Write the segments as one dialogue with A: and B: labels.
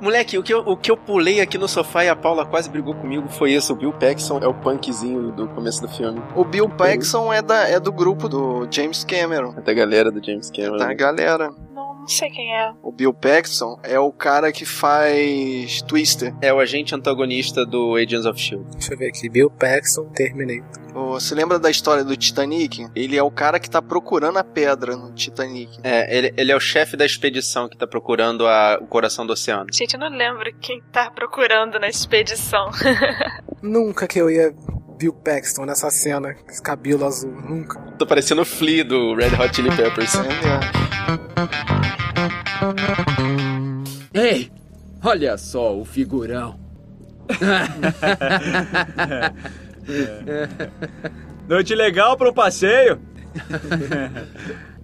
A: Moleque, o que, eu, o que eu pulei aqui no sofá e a Paula quase brigou comigo foi isso. O Bill Paxton é o punkzinho do começo do filme.
B: O Bill Paxton é, da, é do grupo do James Cameron.
A: É da galera do James Cameron.
B: Da galera.
C: Não, não sei quem é.
B: O Bill Paxton é o cara que faz Twister.
A: É o agente antagonista do Agents of S.H.I.E.L.D.
D: Deixa eu ver aqui. Bill Paxton, Terminator.
B: Ô, Você lembra da história do Titanic? Ele é o cara que tá procurando a pedra no Titanic.
A: É, ele, ele é o chefe da expedição que tá procurando a- o coração do oceano.
C: Gente, eu não lembro quem tá procurando na expedição.
D: Nunca que eu ia Bill Paxton nessa cena, com esse cabelo azul. Nunca.
A: Tô parecendo o Flea do Red Hot Chili Peppers.
B: É mesmo.
E: Ei, olha só o figurão.
F: Noite legal pra um passeio.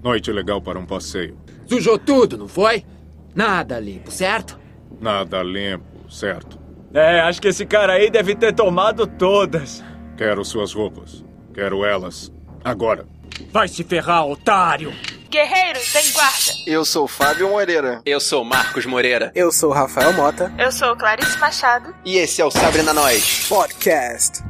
G: Noite legal para um passeio.
E: Sujou tudo, não foi? Nada limpo, certo?
G: Nada limpo, certo?
F: É, acho que esse cara aí deve ter tomado todas.
G: Quero suas roupas. Quero elas. Agora.
F: Vai se ferrar, otário!
C: Guerreiros, em guarda!
B: Eu sou o Fábio Moreira.
A: Eu sou o Marcos Moreira.
D: Eu sou o Rafael Mota,
C: Eu sou Clarice Machado.
A: E esse é o Sabre na Nós.
D: podcast.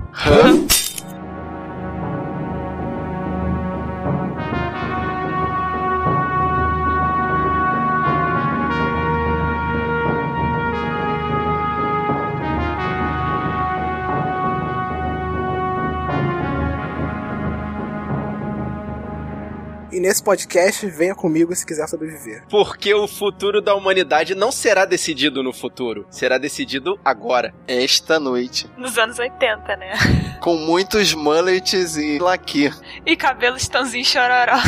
D: E nesse podcast, venha comigo se quiser sobreviver.
A: Porque o futuro da humanidade não será decidido no futuro. Será decidido agora.
B: Esta noite.
C: Nos anos 80, né?
B: Com muitos mullets e laque.
C: E cabelo estãozinho chororó.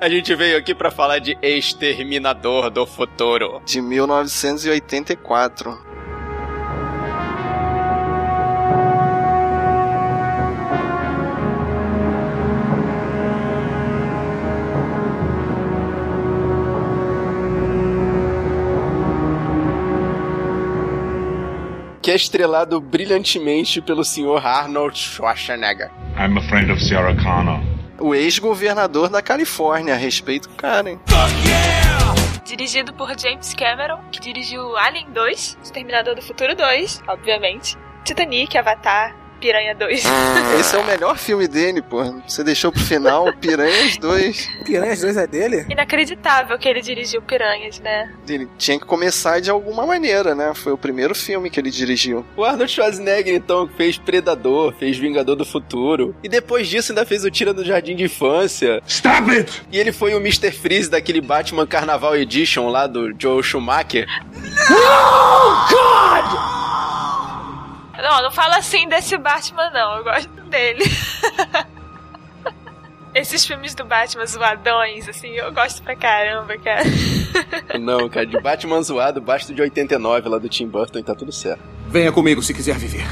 A: A gente veio aqui pra falar de Exterminador do Futuro.
B: De 1984.
A: Que é estrelado brilhantemente pelo senhor Arnold Schwarzenegger.
H: I'm a friend of Sarah Connor.
B: O ex-governador da Califórnia, a respeito do cara, hein?
C: Dirigido por James Cameron, que dirigiu Alien 2, Exterminador do Futuro 2, obviamente. Titanic, Avatar, Piranha 2.
B: Esse é o melhor filme dele, pô. Você deixou pro final Piranhas 2.
D: Piranhas 2 é dele?
C: Inacreditável que ele dirigiu Piranhas, né?
B: Ele tinha que começar de alguma maneira, né? Foi o primeiro filme que ele dirigiu.
A: O Arnold Schwarzenegger, então, fez Predador, fez Vingador do Futuro. E depois disso ainda fez o Tira do Jardim de Infância.
H: Stop it!
A: E ele foi o Mr. Freeze daquele Batman Carnaval Edition lá do Joe Schumacher.
C: Não, não fala assim desse Batman, não. Eu gosto dele. Esses filmes do Batman zoadões, assim, eu gosto pra caramba, cara.
A: Não, cara, de Batman zoado, basta o de 89 lá do Tim Burton e tá tudo certo.
I: Venha comigo se quiser viver.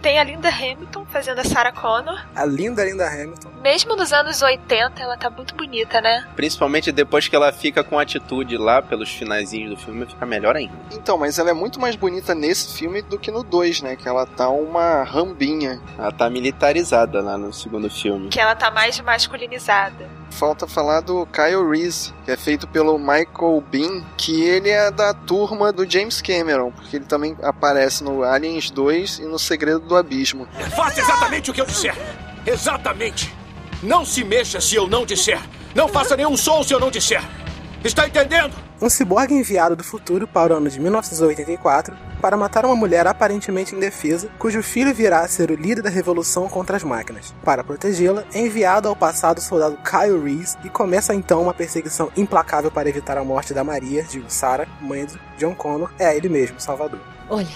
C: Tem a Linda Hamilton fazendo a Sarah Connor.
D: A linda, linda Hamilton.
C: Mesmo nos anos 80, ela tá muito bonita, né?
A: Principalmente depois que ela fica com atitude lá pelos finaizinhos do filme, fica melhor ainda.
B: Então, mas ela é muito mais bonita nesse filme do que no 2, né? Que ela tá uma rambinha.
A: Ela tá militarizada lá no segundo filme.
C: Que ela tá mais masculinizada.
B: Falta falar do Kyle Reese, que é feito pelo Michael Bean, que ele é da turma do James Cameron, porque ele também aparece no Aliens 2 e no Segredo do Abismo.
I: Faça exatamente o que eu disser. Exatamente. Não se mexa se eu não disser. Não faça nenhum som se eu não disser. Está entendendo?
D: Um ciborgue enviado do futuro para o ano de 1984 para matar uma mulher aparentemente indefesa, cujo filho virá a ser o líder da revolução contra as máquinas. Para protegê-la, é enviado ao passado o soldado Kyle Reese e começa então uma perseguição implacável para evitar a morte da Maria, de Sarah, mãe de John Connor, é ele mesmo, Salvador.
J: Olha,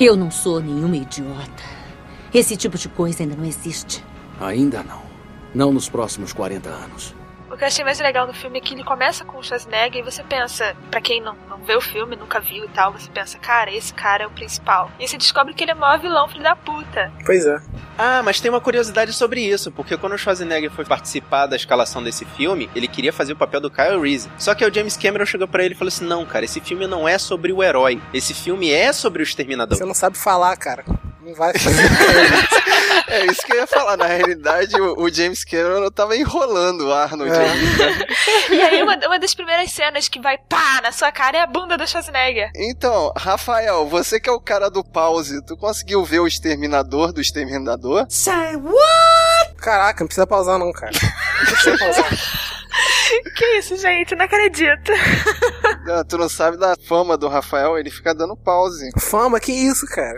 J: eu não sou nenhuma idiota. Esse tipo de coisa ainda não existe.
I: Ainda não. Não nos próximos 40 anos.
C: O que eu achei mais legal do filme é que ele começa com o Schwarzenegger e você pensa, pra quem não, não vê o filme, nunca viu e tal, você pensa, cara, esse cara é o principal. E você descobre que ele é o maior vilão, filho da puta.
D: Pois é.
A: Ah, mas tem uma curiosidade sobre isso, porque quando o Schwarzenegger foi participar da escalação desse filme, ele queria fazer o papel do Kyle Reese. Só que aí o James Cameron chegou pra ele e falou assim: "Não, cara, esse filme não é sobre o herói. Esse filme é sobre o exterminador".
D: Você não sabe falar, cara. Não vai fazer.
B: É isso que eu ia falar. Na realidade, o, o James Cameron tava enrolando o Arnold.
D: É.
B: ali, né?
C: E aí, uma, uma das primeiras cenas que vai pá na sua cara é a bunda do Schwarzenegger.
B: Então, Rafael, você que é o cara do pause, tu conseguiu ver o Exterminador do Exterminador?
D: Caraca, não precisa pausar não, cara. Não precisa pausar.
C: Que isso, gente? Não acredito.
B: Ah, tu não sabe da fama do Rafael, ele fica dando pause.
D: Fama, que isso, cara?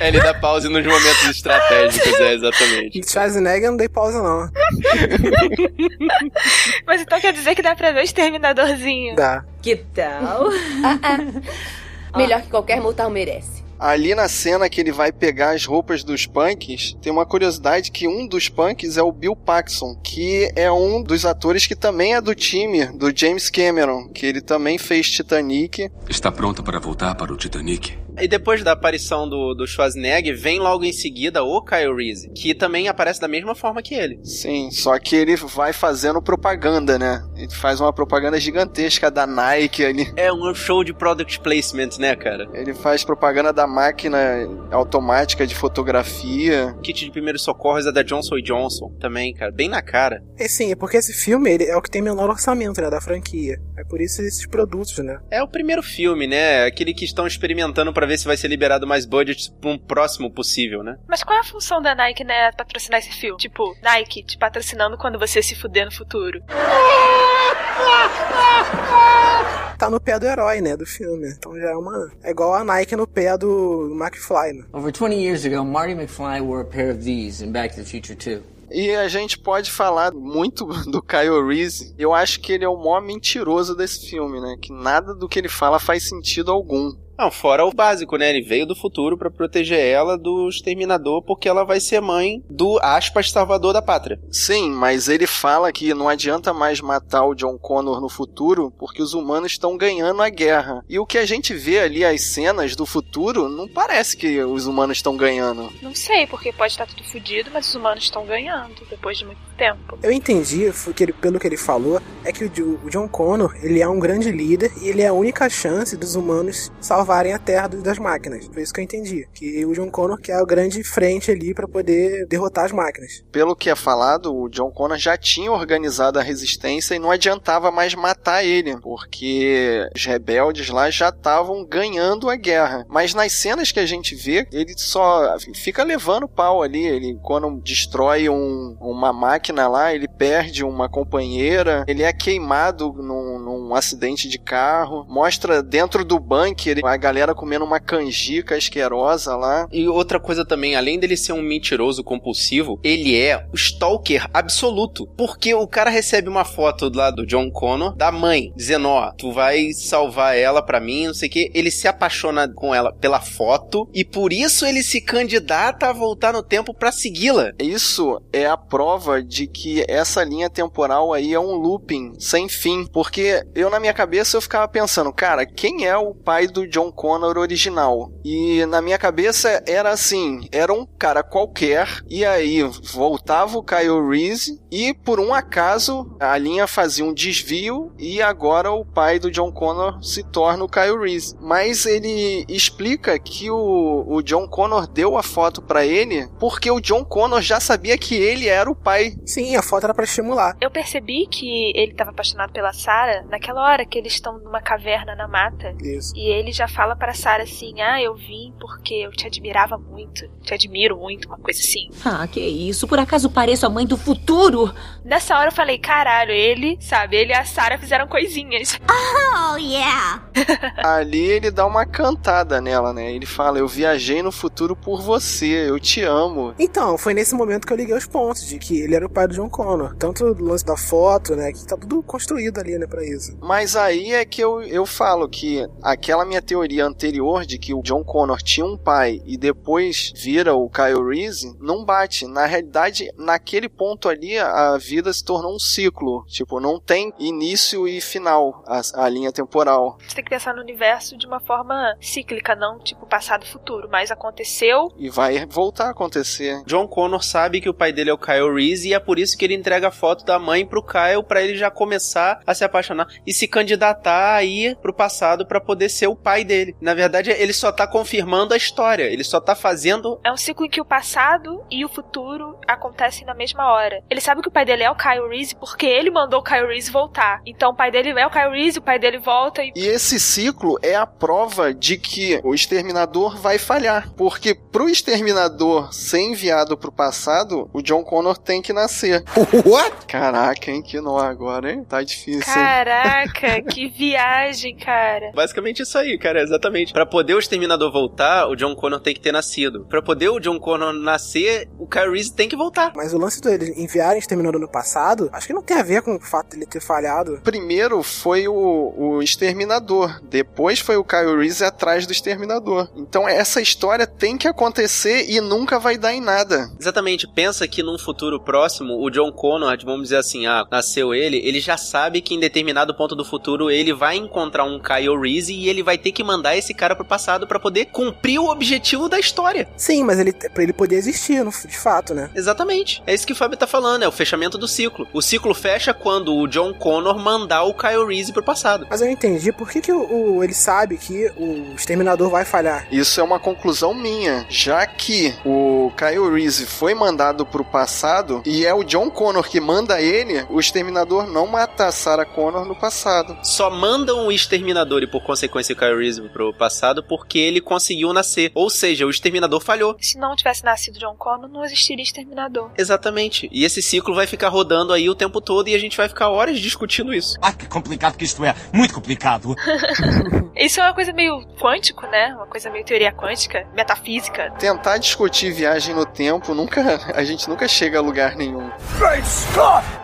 A: Ele dá pause nos momentos estratégicos, é, exatamente.
D: Schwarzenegger eu não dei pausa não.
C: Mas então quer dizer que dá pra ver o exterminadorzinho.
D: Dá.
K: Que tal?
J: Ah,
L: Ah.
J: Melhor que qualquer mortal merece.
B: Ali na cena que ele vai pegar as roupas dos punks, tem uma curiosidade que um dos punks é o Bill Paxson, que é um dos atores que também é do time do James Cameron, que ele também fez Titanic.
H: Está pronta para voltar para o Titanic?
A: E depois da aparição do, do Schwarzenegger, vem logo em seguida o Kyle Reese, que também aparece da mesma forma que ele.
B: Sim, só que ele vai fazendo propaganda, né? Ele faz uma propaganda gigantesca da Nike ali.
A: É um show de product placement, né, cara?
B: Ele faz propaganda da máquina automática de fotografia.
A: Kit de primeiros socorros é da Johnson Johnson também, cara. Bem na cara.
D: E sim, é porque esse filme ele é o que tem menor orçamento, né, da franquia. É por isso esses produtos, né?
A: É o primeiro filme, né? Aquele que estão experimentando pra ver se vai ser liberado mais budget pra um próximo possível, né?
C: Mas qual é a função da Nike, né? Patrocinar esse filme? Tipo, Nike te patrocinando quando você se fuder no futuro.
D: Tá no pé do herói, né, do filme. Então já é uma... É igual a Nike no pé do McFly, né?
E: Over 20 years ago, Marty McFly wore a pair of these in Back to the Future 2.
B: E a gente pode falar muito do Kyle Reese. Eu acho que ele é o maior mentiroso desse filme, né? Que nada do que ele fala faz sentido algum.
A: Não, fora o básico, né? Ele veio do futuro pra proteger ela do exterminador, porque ela vai ser mãe do, aspas, salvador da pátria.
B: Sim, mas ele fala que não adianta mais matar o John Connor no futuro porque os humanos estão ganhando a guerra. E o que a gente vê ali, as cenas do futuro, não parece que os humanos estão ganhando.
C: Não sei, porque pode estar tudo fudido, mas os humanos estão ganhando depois de muito tempo.
D: Eu entendi, foi que ele- pelo que ele falou, é que o Jo- o John Connor, ele é um grande líder e ele é a única chance dos humanos salvarem a Terra do- das máquinas. Foi isso que eu entendi. Que o John Connor que é o grande frente ali pra poder derrotar as máquinas.
B: Pelo que é falado, o John Connor já tinha organizado a resistência e não adiantava mais matar ele, porque os rebeldes lá já estavam ganhando a guerra. Mas nas cenas que a gente vê, ele só fica levando pau ali. Ele, quando destrói um- uma máquina lá, ele perde uma companheira, ele é queimado num, num acidente de carro. Mostra dentro do bunker a galera comendo uma canjica asquerosa lá.
A: E outra coisa também, além dele ser um mentiroso compulsivo, ele é o stalker absoluto. Porque o cara recebe uma foto lá do John Connor, da mãe, dizendo, ó, tu vai salvar ela pra mim, não sei o quê. Ele se apaixona com ela pela foto e por isso ele se candidata a voltar no tempo pra segui-la.
B: Isso é a prova de que essa linha temporal aí é um looping sem fim. Porque eu, na minha cabeça, eu ficava pensando, cara, quem é o pai do John Connor original? E na minha cabeça era assim: era um cara qualquer, e aí voltava o Kyle Reese, e por um acaso a linha fazia um desvio, e agora o pai do John Connor se torna o Kyle Reese. Mas ele explica que o, o John Connor deu a foto pra ele porque o John Connor já sabia que ele era o pai.
D: Sim, a foto era pra estimular.
C: Eu percebi que ele estava apaixonado pela Sarah naquela hora que eles estão numa caverna na mata
D: Isso.
C: E ele já fala pra Sarah assim: Ah, eu vim porque eu te admirava muito, te admiro muito, uma coisa assim.
J: Ah, que isso. Por acaso pareço a mãe do futuro?
C: Nessa hora eu falei: Caralho, ele, sabe, ele e a Sarah fizeram coisinhas.
K: Oh, yeah.
B: Ali ele dá uma cantada nela, né? Ele fala: Eu viajei no futuro por você, eu te amo.
D: Então, foi nesse momento que eu liguei os pontos, de que ele era o pai do John Connor. Tanto o lance da foto, né, que tá tudo construído ali, né, pra isso.
B: Mas aí é que eu, eu falo que aquela minha teoria anterior de que o John Connor tinha um pai e depois vira o Kyle Reese, não bate. Na realidade, naquele ponto ali, a vida se tornou um ciclo. Tipo, não tem início e final a, a linha temporal.
C: Você tem que pensar no universo de uma forma cíclica, não tipo passado e futuro, mas aconteceu.
B: E vai voltar a acontecer.
A: John Connor sabe que o pai dele é o Kyle Reese e é por isso que ele entrega a foto da mãe pro Kyle pra ele já começar a se apaixonar e se candidatar a ir pro passado pra poder ser o pai dele. Na verdade, ele só tá confirmando a história, ele só tá fazendo
C: É um ciclo em que o passado e o futuro acontecem na mesma hora. Ele sabe que o pai dele é o Kyle Reese porque ele mandou o Kyle Reese voltar. Então o pai dele é o Kyle Reese, o pai dele volta e.
B: E esse ciclo é a prova de que o exterminador vai falhar. Porque pro exterminador ser enviado pro passado, o John Connor tem que nascer. What? Caraca, hein? Que nó agora, hein? Tá difícil. hein?
C: Caraca, que viagem, cara.
A: Basicamente isso aí, cara, exatamente. Pra poder o Exterminador voltar, o John Connor tem que ter nascido. Pra poder o John Connor nascer, o Kyle Reese tem que voltar.
D: Mas o lance dele enviarem exterminando no passado, acho que não tem a ver com o fato dele ter falhado.
B: Primeiro foi o, o Exterminador, depois foi o Kyle Reese atrás do Exterminador. Então essa história tem que acontecer e nunca vai dar em nada.
A: Exatamente, pensa que num futuro próximo, o John Connor, vamos dizer assim, ah, nasceu ele, ele já sabe que em determinado ponto do futuro ele vai encontrar um Kyle Reese e ele vai ter que mandar esse cara pro passado pra poder cumprir o objetivo da história.
D: Sim, mas ele, pra ele poder existir, no- de fato, né?
A: Exatamente. É isso que o Fábio tá falando, é o fechamento do ciclo. O ciclo fecha quando o John Connor mandar o Kyle Reese pro passado.
D: Mas eu entendi por que, que o, o- ele sabe que o exterminador vai falhar.
B: Isso é uma conclusão minha, já que o Kyle Reese foi mandado pro passado e é o John Connor que manda ele, o Exterminador não mata a Sarah Connor no passado.
A: Só mandam o Exterminador e, por consequência, o Kyle Reese pro passado porque ele conseguiu nascer. Ou seja, o Exterminador falhou.
C: Se não tivesse nascido John Connor, não existiria Exterminador.
A: Exatamente. E esse ciclo vai ficar rodando aí o tempo todo e a gente vai ficar horas discutindo isso.
M: Ah, que complicado que isto é. Muito complicado.
C: Isso é uma coisa meio quântico, né? Uma coisa meio teoria quântica, metafísica.
B: Tentar discutir viagem no tempo, nunca a gente nunca chega a lugar nenhum.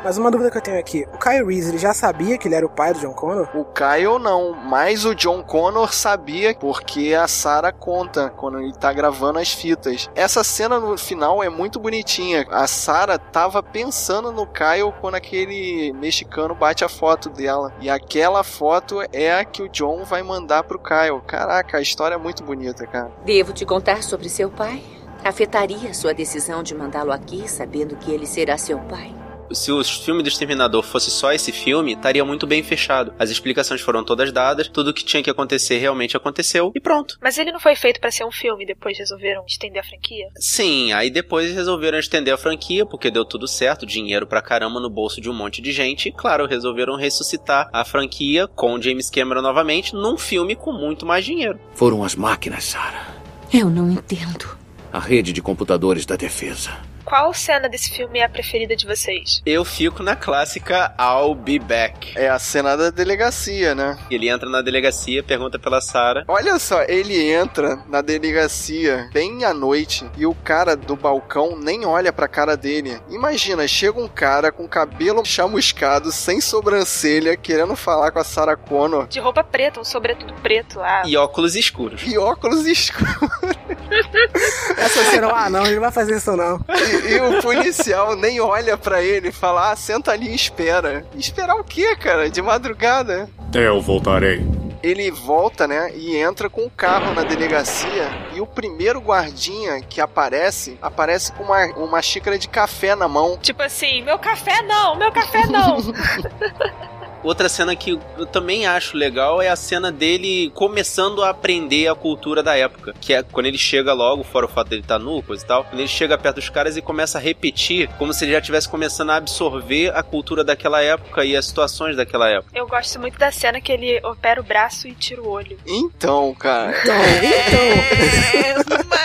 D: Mas uma dúvida que eu tenho aqui: o Kyle Reese ele já sabia que ele era o pai do John Connor?
B: O Kyle não, mas o John Connor sabia porque a Sarah conta quando ele tá gravando as fitas. Essa cena no final é muito bonitinha. A Sarah tava pensando no Kyle quando aquele mexicano bate a foto dela. E aquela foto é a que o John vai mandar pro Kyle. Caraca, a história é muito bonita, cara.
L: Devo te contar sobre seu pai? Afetaria sua decisão de mandá-lo aqui, sabendo que ele será seu pai?
A: Se o filme do Exterminador fosse só esse filme, estaria muito bem fechado. As explicações foram todas dadas, tudo o que tinha que acontecer realmente aconteceu e pronto.
C: Mas ele não foi feito pra ser um filme, depois resolveram estender a franquia?
A: Sim, aí depois resolveram estender a franquia, porque deu tudo certo, dinheiro pra caramba no bolso de um monte de gente. E, claro, resolveram ressuscitar a franquia com James Cameron novamente num filme com muito mais dinheiro.
N: Foram as máquinas, Sarah.
J: Eu não entendo.
N: A rede de computadores da defesa.
C: Qual cena desse filme é a preferida de vocês?
A: Eu fico na clássica I'll be back.
B: É a cena da delegacia, né?
A: Ele entra na delegacia, pergunta pela Sarah.
B: Olha só, ele entra na delegacia bem à noite e o cara do balcão nem olha pra cara dele. Imagina, chega um cara com cabelo chamuscado, sem sobrancelha, querendo falar com a Sarah Connor
C: De roupa preta, um sobretudo preto lá.
A: E óculos escuros.
B: e óculos escuros.
D: Essa cena, ah, não, ele não vai fazer isso não.
B: E, e o policial nem olha pra ele e fala: ah, senta ali e espera. Esperar o quê, cara? De madrugada?
G: Eu voltarei.
B: Ele volta, né, e entra com o carro na delegacia e o primeiro guardinha que aparece, aparece com uma, uma xícara de café na mão.
C: Tipo assim, meu café não, meu café não.
A: Outra cena que eu também acho legal é a cena dele começando a aprender a cultura da época. Que é quando ele chega logo, fora o fato dele estar nu, coisa e tal. Quando ele chega perto dos caras e começa a repetir, como se ele já estivesse começando a absorver a cultura daquela época e as situações daquela época.
C: Eu gosto muito da cena que ele opera o braço e tira o olho.
B: Então, cara.
D: Então.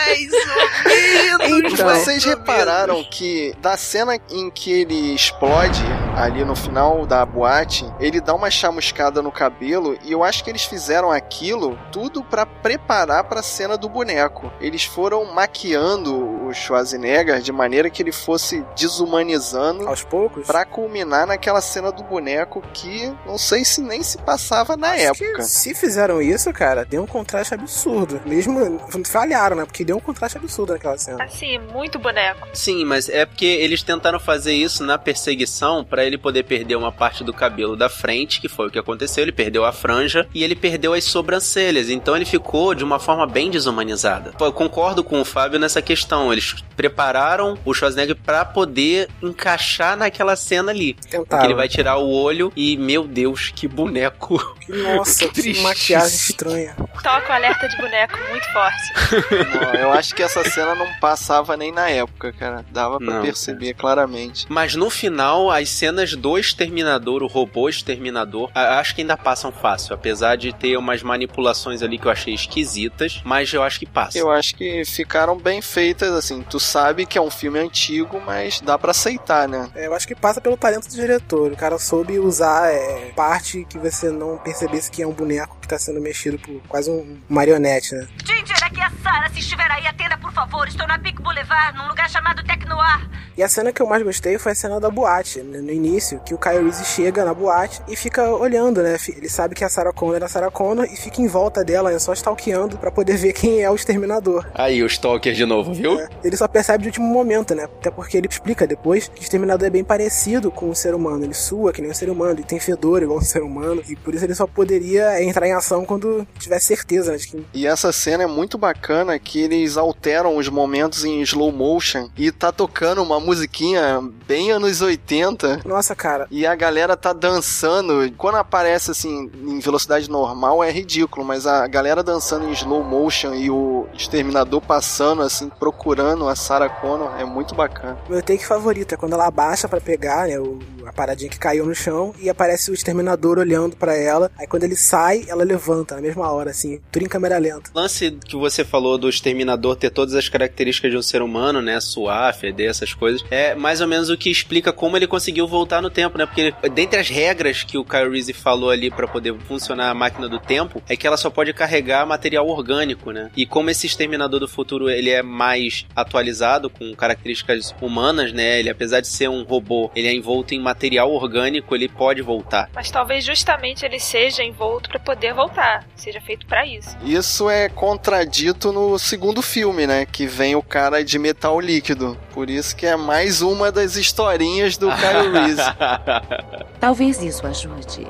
B: Vocês repararam que da cena em que ele explode ali no final da boate, ele dá uma chamuscada no cabelo e eu acho que eles fizeram aquilo tudo pra preparar pra cena do boneco. Eles foram maquiando o Schwarzenegger de maneira que ele fosse desumanizando
D: aos poucos
B: pra culminar naquela cena do boneco que não sei se nem se passava na época.
D: Se fizeram isso, cara, deu um contraste absurdo. Mesmo falharam, né? Porque deu um contraste absurdo naquela cena.
C: Assim, muito boneco.
A: Sim, mas é porque eles tentaram fazer isso na perseguição pra ele poder perder uma parte do cabelo da frente, que foi o que aconteceu. Ele perdeu a franja e ele perdeu as sobrancelhas. Então ele ficou de uma forma bem desumanizada. Pô, Eu concordo com o Fábio nessa questão. Eles prepararam o Schwarzenegger pra poder encaixar naquela cena ali.
D: Tentaram.
A: Que ele vai tirar o olho e, meu Deus, que boneco.
D: Nossa, que maquiagem estranha.
C: Toca o alerta de boneco muito forte.
B: Não, eu acho que essa cena não passava nem na época, cara. Dava pra
A: Não.
B: perceber claramente.
A: Mas no final, as cenas do Exterminador, o robô Exterminador, a- acho que ainda passam fácil. Apesar de ter umas manipulações ali que eu achei esquisitas, mas eu acho que passa.
B: Eu acho que ficaram bem feitas, assim. Tu sabe que é um filme antigo, mas dá pra aceitar, né?
D: É, Eu acho que passa pelo talento do diretor. O cara soube usar é, parte que você não percebesse que é um boneco que tá sendo mexido por quase um marionete, né?
K: Ginger, aqui é a Sarah. Se estiver aí, atenda, por favor. Estou na Pic Boulevard, num lugar chamado Tecnoar.
D: E a cena que eu mais gostei foi a cena da boate, né, no início, que o Kyle Reese chega na boate e fica olhando, né? Fi- Ele sabe que a Sarah Connor é a Sarah Connor e fica em volta dela, né, só stalkeando pra poder ver quem é o exterminador.
A: Aí, o Stalker de novo, viu?
D: É, Ele só percebe de último momento, né? Até porque ele explica depois que o exterminador é bem parecido com o ser humano. Ele sua que nem um ser humano, ele tem fedor igual um ser humano, e por isso ele só poderia entrar em ação quando tivesse certeza né, de que
B: E essa cena é muito bacana que eles alteram os momentos em slow motion e tá tocando uma musiquinha bem anos 80.
D: Nossa, cara.
B: E a galera tá dançando. Quando aparece assim em velocidade normal é ridículo, mas a galera dançando em slow motion e o exterminador passando assim procurando a Sarah Connor é muito bacana.
D: Meu take favorito é quando ela abaixa pra pegar, né, o, a paradinha que caiu no chão e aparece o exterminador olhando pra ela. Aí quando ele sai, ela levanta na mesma hora, assim, tudo em câmera lenta.
A: O lance que você falou do exterminador ter todas as características de um ser humano, né? Suar, feder, essas coisas, é mais ou menos o que explica como ele conseguiu voltar no tempo, né? Porque dentre as regras que o Kyle Reese falou ali pra poder funcionar a máquina do tempo, é que ela só pode carregar material orgânico, né? E como esse exterminador do futuro ele é mais atualizado com características humanas, né? Ele apesar de ser um robô, ele é envolto em material orgânico, ele pode voltar.
C: Mas talvez justamente ele seja envolto pra poder voltar. Seja feito pra isso.
B: Isso é contradito no segundo filme, né? Que vem o cara de metal líquido. Por isso que é mais uma das historinhas do Kyle Reese.
J: Talvez isso ajude.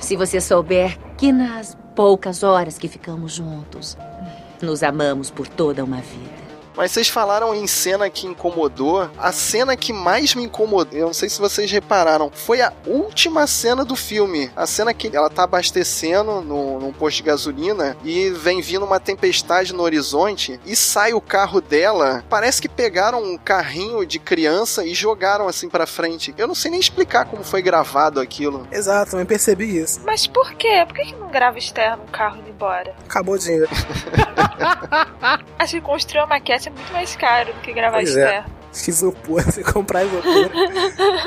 J: Se você souber que nas poucas horas que ficamos juntos, nos amamos por toda uma vida.
B: Mas vocês falaram em cena que incomodou. A cena que mais me incomodou, eu não sei se vocês repararam, foi a última cena do filme. A cena que ela tá abastecendo no, num posto de gasolina e vem vindo uma tempestade no horizonte e sai o carro dela. Parece que pegaram um carrinho de criança e jogaram assim pra frente. Eu não sei nem explicar como foi gravado aquilo.
D: Exato, também percebi isso.
C: Mas por quê? Por que, que não grava externo o carro indo embora?
D: Acabou o dinheiro.
C: Acho que construir uma maquete é muito mais caro do que gravar
D: Pois é.
C: externo.
D: Isopor, você comprar isopor.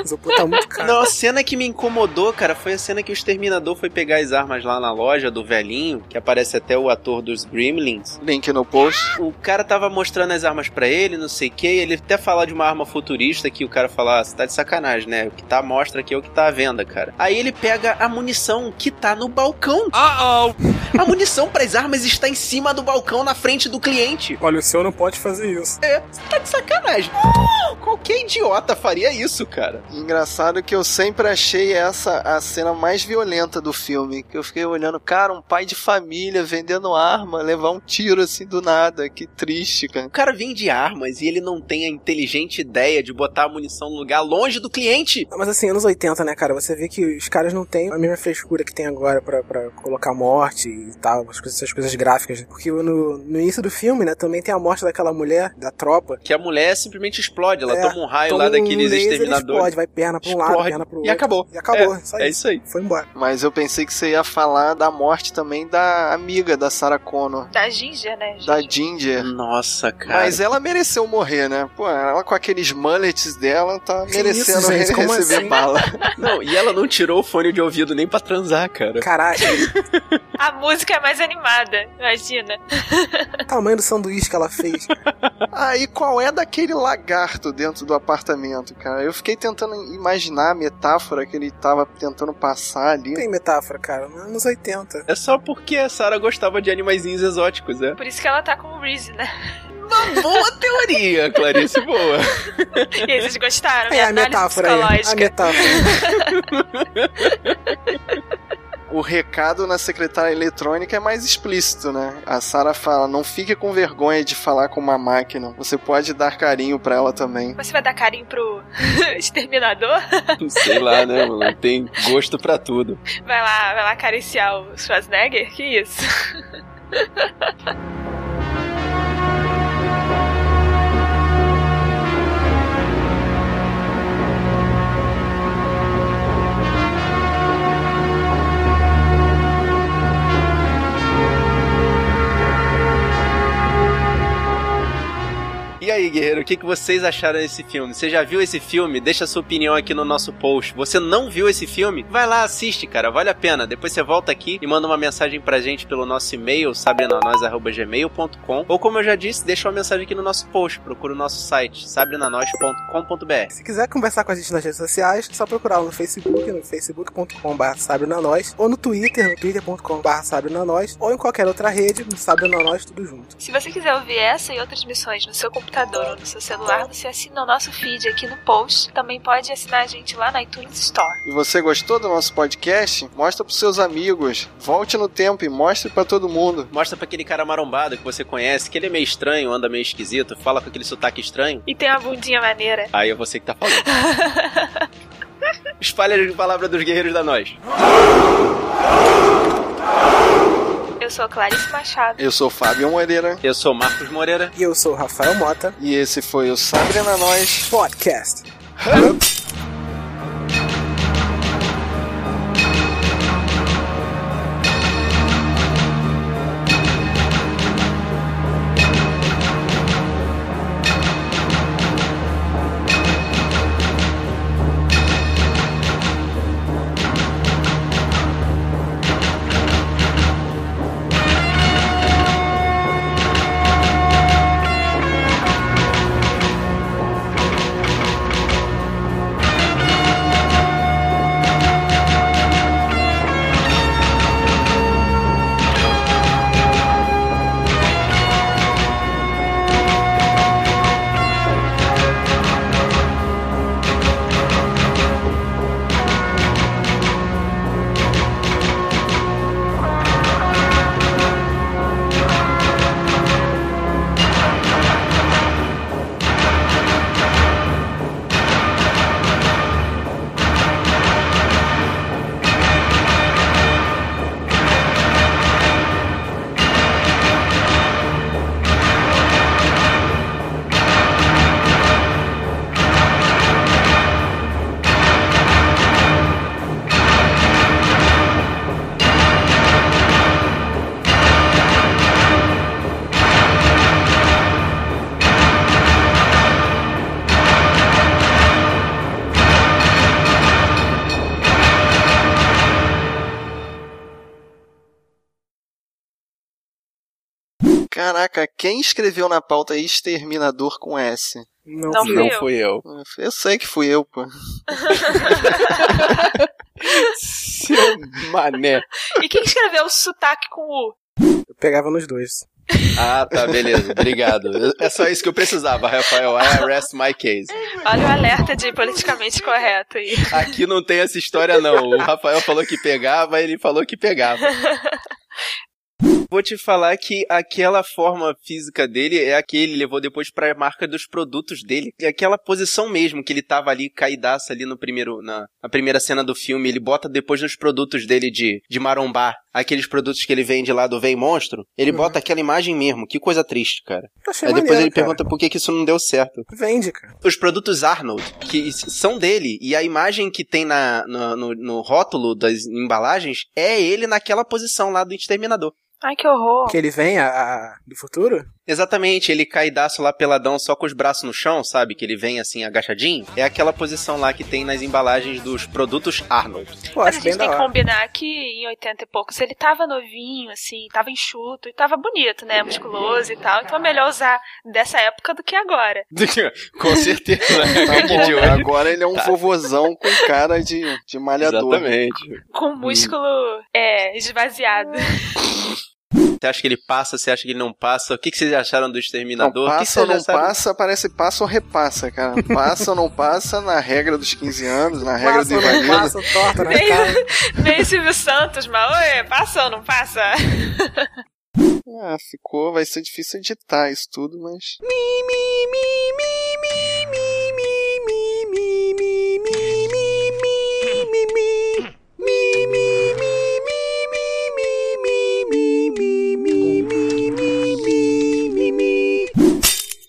D: isopor tá muito caro.
A: Não, a cena que me incomodou, cara, foi a cena que o exterminador foi pegar as armas lá na loja do velhinho, que aparece até o ator dos Gremlins.
B: Link no post.
A: O cara tava mostrando as armas pra ele, não sei o que, ele até falar de uma arma futurista que o cara fala, ah, você tá de sacanagem, né? O que tá à mostra aqui é o que tá à venda, cara. Aí ele pega a munição que tá no balcão. Ah, oh A munição pras armas está em cima do balcão, na frente do cliente.
D: Olha, o senhor não pode fazer isso.
A: É, você tá de sacanagem. Ah, qualquer idiota faria isso, cara.
B: Engraçado que eu sempre achei essa a cena mais violenta do filme. Que eu fiquei olhando, cara, um pai de família vendendo arma, levar um tiro assim do nada. Que triste, cara.
A: O cara vende armas e ele não tem a inteligente ideia de botar a munição no lugar longe do cliente.
D: Mas assim, anos 80, né, cara? Você vê que os caras não têm a mesma frescura que tem agora pra, pra colocar morte e tal, as coisas- essas coisas gráficas. né? Porque no, no início do filme, né, também tem a morte daquela mulher, da tropa.
A: Que a mulher simplesmente explode, ela
D: É,
A: toma um raio
D: toma
A: lá
D: um
A: daqueles
D: laser,
A: exterminadores.
D: Explode, vai perna pra um lado,
A: Explode.
D: perna pro
A: E
D: outro.
A: acabou.
D: E acabou,
A: É,
D: só
A: é
D: isso.
A: isso aí.
D: Foi embora.
B: Mas eu pensei que você ia falar da morte também da amiga da Sarah Connor,
C: Da Ginger, né?
B: da Ginger.
A: Nossa, cara.
B: Mas ela mereceu morrer, né? Pô, ela com aqueles mullets dela tá
D: Que
B: merecendo
D: isso, gente? Como
B: receber
D: assim?
B: bala.
A: Não, e ela não tirou o fone de ouvido nem pra transar, cara.
D: Caralho,
C: A música é mais animada, imagina.
D: o tamanho do sanduíche que ela fez.
B: Aí qual é daquele lagarto dentro do apartamento, cara? Eu fiquei tentando imaginar a metáfora que ele tava tentando passar ali. né?
D: Tem metáfora, cara. Anos 80.
A: É só porque a Sarah gostava de animaizinhos exóticos, é?
C: Por isso que ela tá com o Reese, né?
A: Uma boa teoria, Clarice, boa.
C: E aí, vocês gostaram?
D: É
C: Minha
D: a
C: análise
D: metáfora aí. A
C: psicológica.
D: metáfora.
B: O recado na secretária eletrônica é mais explícito, né? A Sarah fala: não fique com vergonha de falar com uma máquina. Você pode dar carinho pra ela também.
C: Você vai dar carinho pro exterminador?
A: Sei lá, né, mano? Tem gosto pra tudo.
C: Vai lá, vai lá acariciar o Schwarzenegger? Que isso?
A: E aí, guerreiro, o que, que vocês acharam desse filme? Você já viu esse filme? Deixa sua opinião aqui no nosso post. Você não viu esse filme? Vai lá, assiste, cara, vale a pena. Depois você volta aqui e manda uma mensagem pra gente pelo nosso e-mail, sabrenanois.gmail.com ou como eu já disse, deixa uma mensagem aqui no nosso post. Procura o nosso site, sabrenanois.com.br.
D: Se quiser conversar com a gente nas redes sociais, é só procurar no Facebook, no facebook.com.br sabrenanois, ou no Twitter, no twitter.com.br sabrenanois, ou em qualquer outra rede, no sabrenanois, tudo junto.
C: Se você quiser ouvir essa e outras missões no seu computador ou no seu celular, você assina o nosso feed aqui no post. Também pode assinar a gente lá na iTunes Store.
B: E você gostou do nosso podcast? Mostra pros seus amigos. Volte no tempo e mostre pra todo mundo.
A: Mostra pra aquele cara marombado que você conhece, que ele é meio estranho, anda meio esquisito, fala com aquele sotaque estranho.
C: E tem uma bundinha maneira.
A: Aí é você que tá falando. Espalha a palavra dos guerreiros da nós.
C: Eu sou a Clarice Machado.
B: Eu sou Fábio Moreira.
A: Eu sou Marcos Moreira.
D: E eu sou o Rafael Mota.
B: E esse foi o Sabrina Nós
D: Podcast.
B: Caraca, quem escreveu na pauta exterminador com S?
C: Não fui fui eu.
A: fui eu.
B: Eu sei que fui eu, pô.
A: Seu mané.
C: E quem escreveu o sotaque com U?
D: Eu pegava nos dois.
A: Ah, tá, beleza. Obrigado. É só isso que eu precisava, Rafael. I arrest my case.
C: Olha o alerta de politicamente correto aí.
A: Aqui não tem essa história, não. O Rafael falou que pegava, ele falou que pegava. Vou te falar que aquela forma física dele é a que ele levou depois pra marca dos produtos dele. É aquela posição mesmo que ele tava ali caidaço ali no primeiro, na, na primeira cena do filme. Ele bota depois nos produtos dele de, de marombar. Aqueles produtos que ele vende lá do Vem Monstro. Ele bota aquela imagem mesmo. Que coisa triste, cara.
D: Eu achei
A: Aí depois
D: Uhum. é maneiro,
A: ele
D: cara.
A: pergunta por que, que isso não deu certo.
D: Vende, cara.
A: Os produtos Arnold, que s- são dele, e a imagem que tem na, na- no, no rótulo das embalagens é ele naquela posição lá do exterminador.
C: Ai, que horror.
D: Que ele vem a, a- do futuro?
A: Exatamente, ele caidaço lá peladão, só com os braços no chão, sabe? Que ele vem assim agachadinho. É aquela posição lá que tem nas embalagens dos produtos Arnold.
D: Pô,
C: Mas a
D: acho bem
C: gente
D: da
C: tem que
D: hora.
C: combinar que em 80 e poucos ele tava novinho, assim, tava enxuto e tava bonito, né? Musculoso e tal. Então é melhor usar dessa época do que agora.
A: com certeza. né?
B: Tá
A: Que de
B: bom,
A: hoje.
B: agora ele é um vovozão com cara de, de malhador.
D: Hum.
A: Exatamente.
C: Com o músculo é, esvaziado.
A: Você acha que ele passa? Você acha que ele não passa? O que, que vocês acharam do Exterminador? O que que
B: Passa
A: vocês
B: ou não
A: acharam-
B: passa, parece passa ou repassa, cara. Passa ou não passa na regra dos 15 anos, na regra
D: Passa
B: do
D: ou não
B: Ivanildo.
D: passa, torta na cara.
C: Vem Silvio Santos, mas oi, passa ou não passa?
B: Ah, ficou, vai ser difícil editar isso tudo, mas.
C: Mi, mi, mi, mi.